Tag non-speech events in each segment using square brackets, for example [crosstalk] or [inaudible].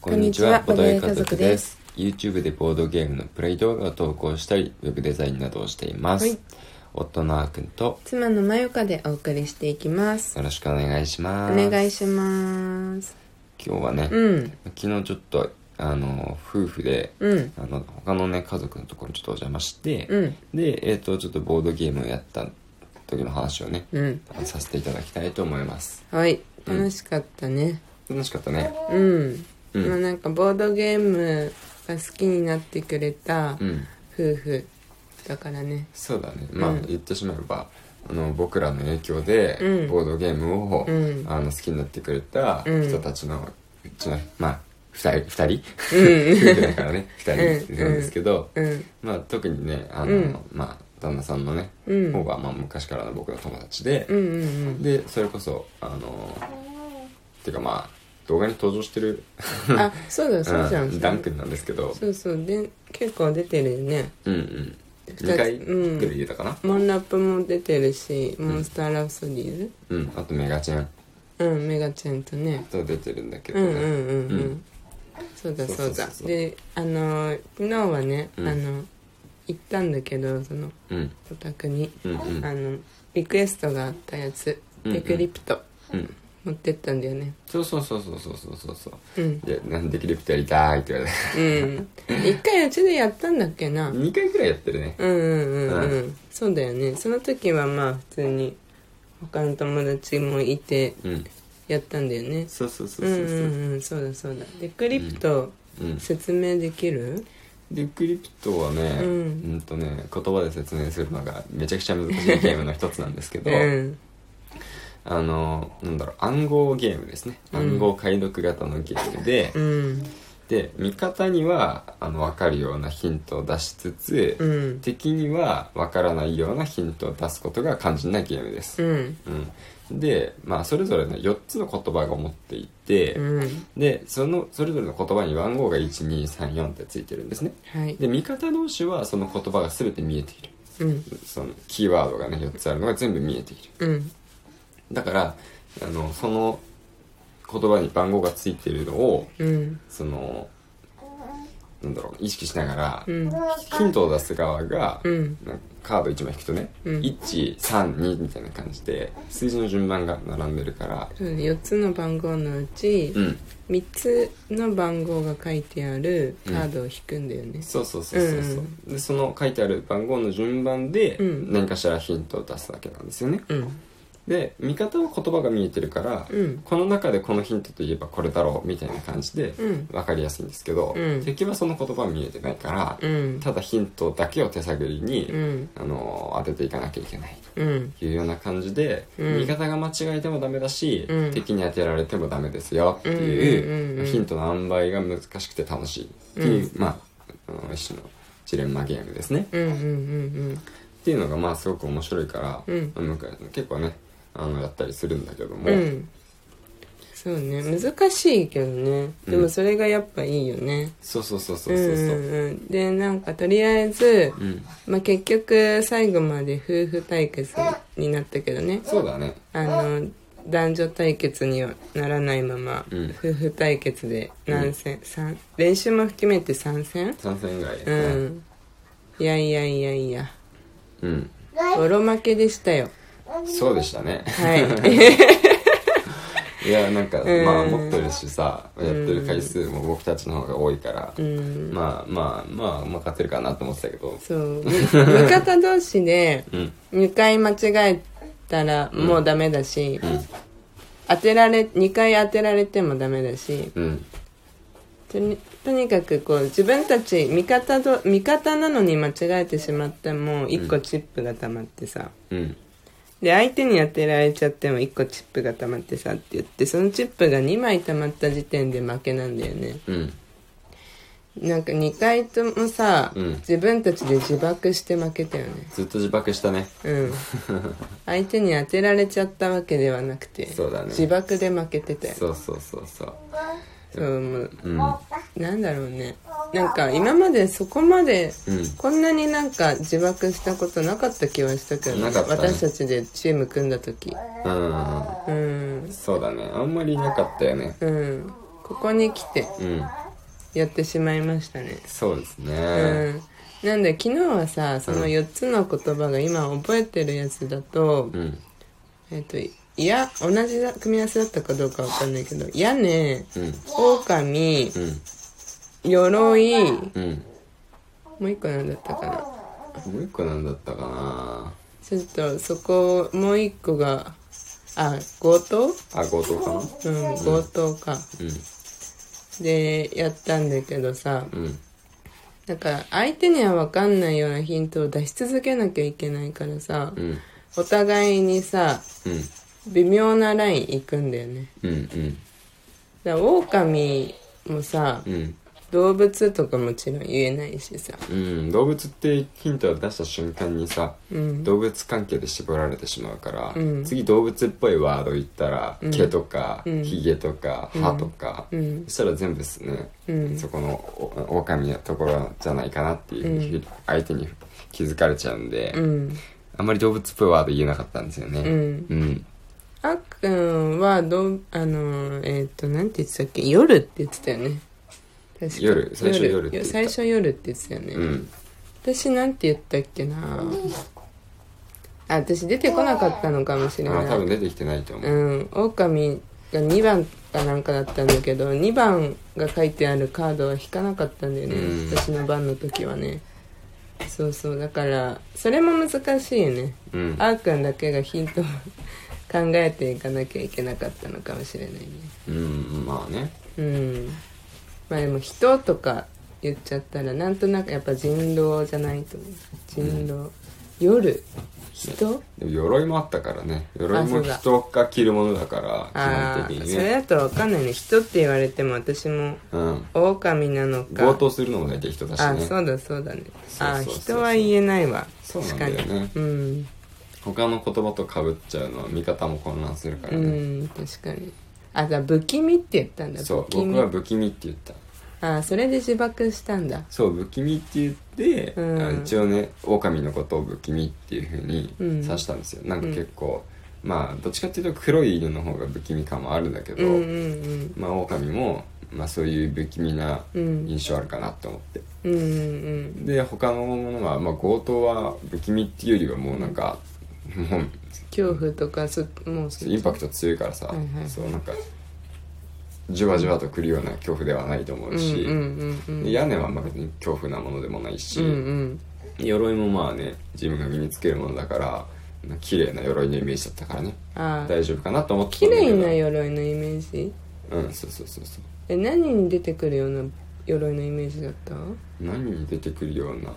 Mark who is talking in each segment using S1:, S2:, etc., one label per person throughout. S1: こんにちは、
S2: こ
S1: ボ
S2: んにち
S1: ドゲ家
S2: はボドゲ
S1: 族
S2: 家族
S1: で
S2: ですす。
S1: YouTube でボードゲームのプレイ動画を投稿したり、ウェブデザインなどをしています。
S2: はい
S1: 夫のあーくんと、
S2: 妻のまゆかでお送りしていきます
S1: よろしくお願いし
S2: お
S1: ます。
S2: 願いします
S1: 今日はね、
S2: うん
S1: 昨日ちょっと、あの、夫婦で、
S2: うん
S1: あの、他のね、家族のところにちょっとお邪魔して、
S2: うん
S1: で、えっ、と、ちょっとボードゲームをやった時の話をね、
S2: うん
S1: させていただきたいと思います。
S2: はい楽しかったね
S1: 楽しかったね。
S2: うん、
S1: うん
S2: まあなんかボードゲームが好きになってくれた
S1: うん。
S2: 夫婦だからね
S1: そうだねまあ、
S2: うん
S1: 言ってしまえばあの僕らの影響で、
S2: うん
S1: ボードゲームを、
S2: うん
S1: あの好きになってくれた
S2: うん
S1: 人たちのうちの、まあ2人2人 [laughs]
S2: うん
S1: 夫婦だからね2人なんですけど、
S2: うん
S1: まあ、特にねあの、
S2: うん
S1: まあ、旦那さんのね、
S2: うん
S1: 方が、まあ、昔からの僕の友達で、
S2: うんうん
S1: でそれこそあのっていうかまあ動画に登場してる
S2: うんあそうだそうじゃん、
S1: ダン君なんですけど
S2: そうそうで結構出てるよね
S1: うんうん
S2: 二つ
S1: 2回
S2: うん
S1: ぐらい出たかな、
S2: モンラップも出てるしモンスターラプソディーズ
S1: うん、あとメガチェン
S2: うんメガちゃんとね
S1: と出てるんだけ
S2: う
S1: ど
S2: ん
S1: ね、
S2: うんうんう
S1: うんん
S2: そうだそうだ
S1: そうそうそうそう
S2: であのー昨日はね、
S1: うん
S2: あの行ったんだけどその
S1: うん
S2: お宅に、
S1: うんうん
S2: あのリクエストがあったやつ
S1: うんうん
S2: テクリプト
S1: うん
S2: 持ってったんだよね
S1: そうそうそうそうそうそうそうそう
S2: うん
S1: いやなんでクリプトやりたいって言われて [laughs]
S2: うん一回うちでやったんだっけなうん
S1: 2回くらいやってるね
S2: うんうんうん、
S1: う
S2: そうだよねその時はまあ普通に他の友達もいて
S1: うん
S2: やったんだよね
S1: そうそうそううそ
S2: ん
S1: うそううん
S2: うんそうだそうだでクリプト
S1: うん
S2: 説明できる、
S1: でクリプトはねう
S2: う
S1: んんとね言葉で説明するのがめちゃくちゃ難しいゲームの一つなんですけど
S2: うん
S1: あのなんだろう暗号ゲームですね
S2: うん
S1: 暗号解読型のゲームで
S2: うん
S1: で味方にはあの分かるようなヒントを出しつ
S2: う
S1: つ
S2: ん
S1: 敵には分からないようなヒントを出すことが肝心なゲームです
S2: うん
S1: うん、で、まあ、それぞれの4つの言葉が持っていて、
S2: うん
S1: でそのそれぞれの言葉に番号が1234ってついてるんですね
S2: はい
S1: で味方同士はその言葉が全て見えている
S2: うん
S1: そのキーワードがね4つあるのが全部見えている
S2: うん
S1: だからあのその言葉に番号がついてるのを
S2: うん
S1: そのなんだろう意識しながら、
S2: うん
S1: ヒントを出す側が、
S2: うん
S1: なんかカード1枚引くとね、
S2: うん
S1: 132みたいな感じで数字の順番が並んでるから
S2: そうね4つの番号のうち
S1: うん
S2: 3つの番号が書いてあるカードを引くんだよね
S1: そうそうそうそうそううんでその書いてある番号の順番で
S2: うん
S1: 何かしらヒントを出すわけなんですよね、
S2: うん
S1: で味方は言葉が見えてるから、
S2: うん
S1: この中でこのヒントといえばこれだろうみたいな感じで
S2: うん
S1: 分かりやすいんですけど、
S2: うん
S1: 敵はその言葉見えてないから、
S2: うん
S1: ただヒントだけを手探りに、
S2: うん
S1: あの当てていかなきゃいけない
S2: うん
S1: というような感じで、
S2: うん
S1: 味方が間違えてもダメだし、
S2: うん
S1: 敵に当てられてもダメですよっていう,、
S2: うんうんうんうん
S1: ヒントの塩梅が難しくて楽しいっていう、まああの一種のジレンマゲームですね、っ
S2: うんうんうん
S1: ていうのがまあすごく面白いから、
S2: うん
S1: あの結構ねあのやったりするんだけども、
S2: うんうんそうね難しいけどねでもそれがやっぱいいよね
S1: そうそうそうそううんそううそうん
S2: うんでなんかとりあえず
S1: うん、
S2: まあ、結局最後まで夫婦対決になったけどね
S1: そうだね
S2: あの男女対決にはならないまま、
S1: うん
S2: 夫婦対決で何戦、三練習も含めて3戦
S1: 3戦ぐらいです
S2: う
S1: ね
S2: んいやいやいやいや
S1: うん、
S2: ボロ負けでしたよ
S1: そうでしたね
S2: はい
S1: いやなんか、
S2: うん
S1: まあ持ってるしさやってる回数も僕たちの方が多いから、
S2: [laughs] うん
S1: まあまあまあまあ勝てるかなと思ってたけど
S2: そうみ味方同士で
S1: うん
S2: 2回間違えたらもうダメだし、当てられ2回当てられてもダメだし
S1: うん
S2: とにとにかくこう自分たち味方と味方なのに間違えてしまっても1個チップが溜まってさ、
S1: うん
S2: で相手に当てられちゃっても1個チップが溜まってさって言ってそのチップが2枚溜まった時点で負けなんだよね
S1: うん
S2: なんか2回ともさ、
S1: うん
S2: 自分たちで自爆して負けたよね
S1: ずっと自爆したね
S2: うん相手に当てられちゃったわけではなくて
S1: そうだね
S2: 自爆で負けてたよ
S1: そうそうそうそう
S2: そうもう
S1: うん
S2: なんだろうねなんか今までそこまで
S1: うん
S2: こんなになんか自爆したことなかった気はしたけど、
S1: なかったね
S2: 私たちでチーム組んだ時
S1: うん
S2: うん
S1: そうだねあんまりなかったよね
S2: うんここに来て
S1: うん
S2: やってしまいましたね
S1: そうです
S2: う
S1: ね
S2: んなんで昨日はさその4つの言葉が今覚えてるやつだと、
S1: うん
S2: えっ、といや同じだ組み合わせだったかどうかわかんないけど「屋根」
S1: うん
S2: 「狼」
S1: うん
S2: 「鎧」も
S1: うん
S2: う一個なんだったかな
S1: もう一個なんだったか
S2: ちょっとそこもう一個があ強盗
S1: なあ強盗かな
S2: うん強盗か、
S1: う
S2: でやったんだけどさ
S1: んうん
S2: なんか相手には分かんないようなヒントを出し続けなきゃいけないからさ、
S1: うん
S2: お互いにさ
S1: うん
S2: 微妙なライン行くんだよね
S1: うんうん
S2: だから狼もさ
S1: うん
S2: 動物とかもちろん言えないしさ
S1: うん動物ってヒントを出した瞬間にさ、
S2: うん
S1: 動物関係で絞られてしまうから、
S2: うん
S1: 次動物っぽいワード言ったら、
S2: ん
S1: 毛とか、
S2: ん
S1: ヒゲとか歯とか、
S2: うん
S1: そしたら全部ですね、
S2: うん
S1: そこのお狼のところじゃないかなっていうふうに、相手に気づかれちゃうんで、
S2: うん
S1: あんまり動物っぽいワード言えなかったんですよね
S2: うん
S1: うん
S2: あっくんはどうあのえっ、となんて言ってたっけ夜って言ってたよね確か
S1: 夜最初夜って言った
S2: 最初夜って言ってたよね、
S1: うん
S2: 私なんて言ったっけなあ私出てこなかったのかもしれ
S1: あ
S2: な
S1: 多分
S2: い
S1: 出てきてないと思
S2: う
S1: う、
S2: ん狼が2番かなんかだったんだけど2番が書いてあるカードは引かなかったんだよね、
S1: うん
S2: 私の番の時はねそうそうだからそれも難しいよね
S1: うん、
S2: あーくんだけがヒントを [laughs] 考えていかなきゃいけなかったのかもしれないね
S1: うんまあね
S2: うんまあでも人とか言っちゃったらなんとなくやっぱ人狼じゃないと人狼、夜人
S1: でも鎧もあったからね鎧
S2: そ
S1: も
S2: うだ
S1: 人が着るものだか
S2: あ
S1: ら
S2: あ
S1: 基本的に
S2: それ
S1: ね
S2: だとわかんないね人って言われても私も
S1: うん
S2: 狼なのか
S1: 強盗するのも大体人だし
S2: あ
S1: ね
S2: そうだそうだね
S1: そうそうそ
S2: あ
S1: うそう
S2: 人は言えないわ
S1: そうな
S2: 確
S1: んだ
S2: か
S1: よ
S2: に
S1: ね
S2: うん
S1: 他の言葉とかぶっちゃうのは見方も混乱するから
S2: う
S1: ね、
S2: ん確かにあじゃあ不気味って言ったんだ
S1: そう
S2: 不気
S1: 僕
S2: 味
S1: は不気味って言った
S2: あそれで自爆したんだ
S1: そう不気味って言って、
S2: うん
S1: あ一応ね狼のことを不気味っていうふうに
S2: うん
S1: 指したんですよ、なんか結構まあどっちかっていうと黒い犬の方が不気味感もあるんだけ
S2: う
S1: ど、
S2: んうん
S1: まあ狼も、まあ、そういう不気味な
S2: うんうん
S1: 印象あるかなって思って、
S2: うんうん
S1: で他のものは、まあ、強盗は不気味っていうよりはもうなんか、もう
S2: 恐怖とかそもうそ
S1: インパクト強いからさ、
S2: はいはい
S1: そうなんかじわじわとくるような恐怖ではないと思うし、
S2: うんうんうんうん
S1: で屋根はまあ別に恐怖なものでもないし、
S2: うんうん
S1: 鎧もまあね自分が身につけるものだから綺麗な鎧のイメージだったからね
S2: あ
S1: 大丈夫かなと思ってた
S2: 綺
S1: んだけど
S2: 麗な鎧のイメージ
S1: うんそうそうそうそう
S2: え何に出てくるような鎧のイメージだった
S1: 何に出てくるような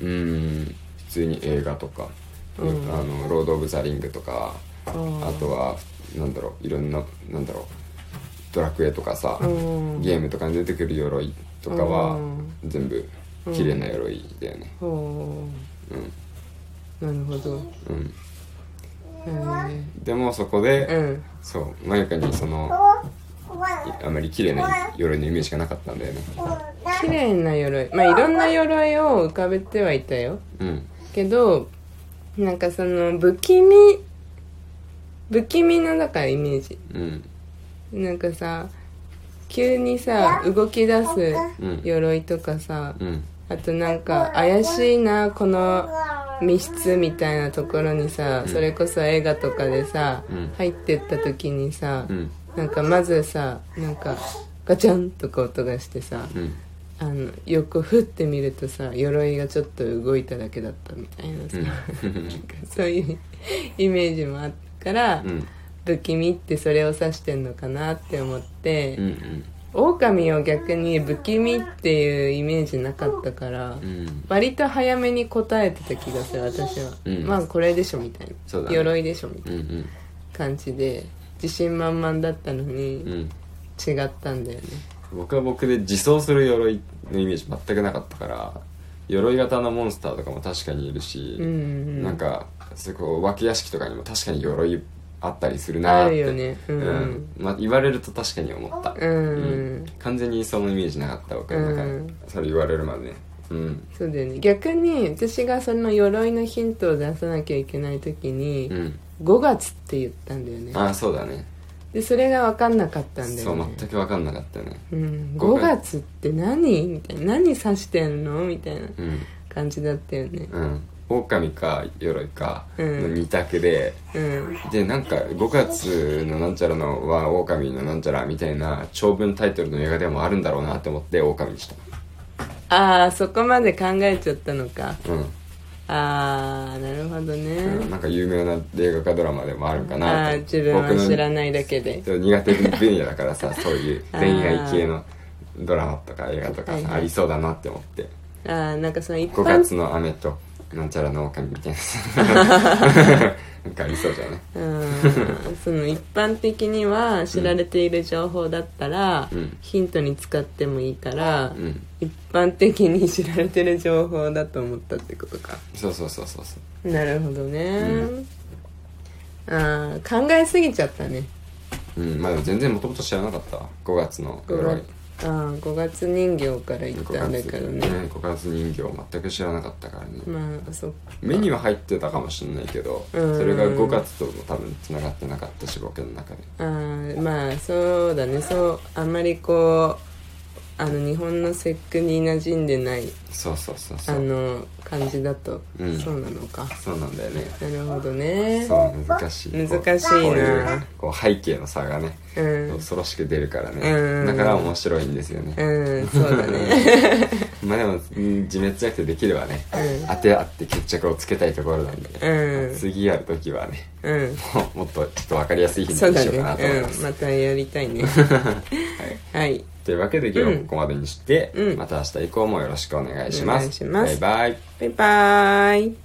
S1: うーん普通に映画とか、
S2: うん
S1: あのロード・オブ・ザ・リングとか
S2: あ
S1: あとはなんだろういろんななんだろうドラクエとかさ、
S2: うん
S1: ゲームとかに出てくる鎧とかは
S2: うん
S1: 全部綺麗な鎧だよね
S2: ほ
S1: うん、
S2: うなるほど
S1: うん、
S2: へ
S1: でもそこで、
S2: えうん
S1: そうまゆかにそのいあまり綺麗な鎧のイメージがなかったんだよね
S2: 綺麗な鎧まあいろんな鎧を浮かべてはいたよ
S1: うん
S2: けどなんかその不気味不気味なだからイメージ
S1: うん
S2: なんかさ急にさ動き出す
S1: うん
S2: 鎧とかさ
S1: うん
S2: あとなんか怪しいなこの密室みたいなところにさそれこそ映画とかでさ
S1: うん
S2: 入ってった時にさ
S1: うん
S2: なんかまずさなんかガチャンとか音がしてさ
S1: うん
S2: あの横振ってみるとさ鎧がちょっと動いただけだったみたいなさ、
S1: うん
S2: なんかそういうイメージもあったから、
S1: うん
S2: 不気味ってそれを指してんのかなって思って、
S1: うんうん
S2: 狼を逆に不気味っていうイメージなかったから、
S1: うん
S2: 割と早めに答えてた気がする私は、
S1: うん
S2: まあこれでしょみたいな、
S1: そうだね
S2: 鎧でしょみたいな
S1: うんうん
S2: 感じで自信満々だったの
S1: う
S2: に
S1: ん
S2: 違ったんだよね、
S1: 僕は僕で自走する鎧のイメージ全くなかったから鎧型のモンスターとかも確かにいるし、
S2: うんうん
S1: なんかそこお化け屋敷とかにも確かに鎧あったりするなー
S2: あ
S1: って
S2: るよねう、
S1: うんんまあ、言われると確かに思った、
S2: うん
S1: 完全にそのイメージなかった僕の中で、
S2: うん
S1: それ言われるまでねうん
S2: そうだよね逆に私がその鎧のヒントを出さなきゃいけない時に
S1: うん
S2: 「5月」って言ったんだよね
S1: ああそうだね
S2: でそれが分かんなかったんだ
S1: そ
S2: よ
S1: う
S2: ね
S1: 全く分かんなかったね
S2: うん、
S1: 五
S2: 5
S1: 月
S2: 月って何みたいな何指してんのみたいな
S1: うん
S2: 感じだったよね
S1: うん狼か鎧か
S2: うん
S1: の二択で、
S2: うん
S1: でなんか5月のなんちゃらのは狼のなんちゃらみたいな長文タイトルの映画でもあるんだろうなって思って狼にした
S2: ああそこまで考えちゃったのか
S1: うん、
S2: ああなるほどね、
S1: なんか有名な映画かドラマでもあるか
S2: あ
S1: な
S2: あ
S1: と
S2: ー自分は知ら
S1: い
S2: ないだけで
S1: 苦手分野だから
S2: [laughs]
S1: さそういう恋愛系のドラマとか映画とか
S2: はい
S1: さ
S2: は
S1: あ
S2: い
S1: りそうだなって思って
S2: ああなんかその一
S1: 5
S2: 般
S1: 月の雨となんちゃらの狼みたいなさ
S2: [laughs]
S1: なんかありそうじゃない
S2: うんその一般的には知られている情報だったら、
S1: うん
S2: ヒントに使ってもいいから、
S1: うん
S2: 一般的に知られてる情報だと思ったってことか
S1: そうそうそうそうそう
S2: なるほどね、
S1: う
S2: ああ考えすぎちゃったね
S1: うんまあでも全然もともと知らなかったわ5月の
S2: 5
S1: 鎧
S2: 月ああ5月人形から行ったんだけどね
S1: 5月人形全く知らなかったからね、
S2: まあそっか
S1: 目には入ってたかもしれないけどそ
S2: うん
S1: れが5月とも多分つながってなかったし僕の中で
S2: あーまあそうだねそうあんまりこうあの日本の節句に馴染んでない
S1: そうそうそうそ
S2: あ
S1: う
S2: の感じだと、
S1: うん
S2: そうなのか
S1: そうなんだよね
S2: なるほどね
S1: そう難しいこう
S2: 難しいな
S1: こういうこう背景の差がね
S2: うん
S1: 恐ろしく出るからね、
S2: うん
S1: だから面白いんですよね、
S2: うんそうだ
S1: [laughs]
S2: ね
S1: まあでもうん自滅じゃなくてできればね、
S2: うん
S1: 当て合って決着をつけたいところなんで、
S2: うん
S1: 次やる時はね [laughs]
S2: うん
S1: もうもっとちょっと分かりやすい日にし
S2: そ
S1: よ
S2: う
S1: う
S2: だ
S1: かなと思い
S2: ね
S1: ま
S2: う
S1: す、
S2: んまたやりたいねはい
S1: [laughs] というわけで今日はここまでにして、
S2: うん
S1: また明日以降もよろしくお願いし
S2: お
S1: ま
S2: 願い
S1: す
S2: します
S1: バイバイ
S2: バイバーイ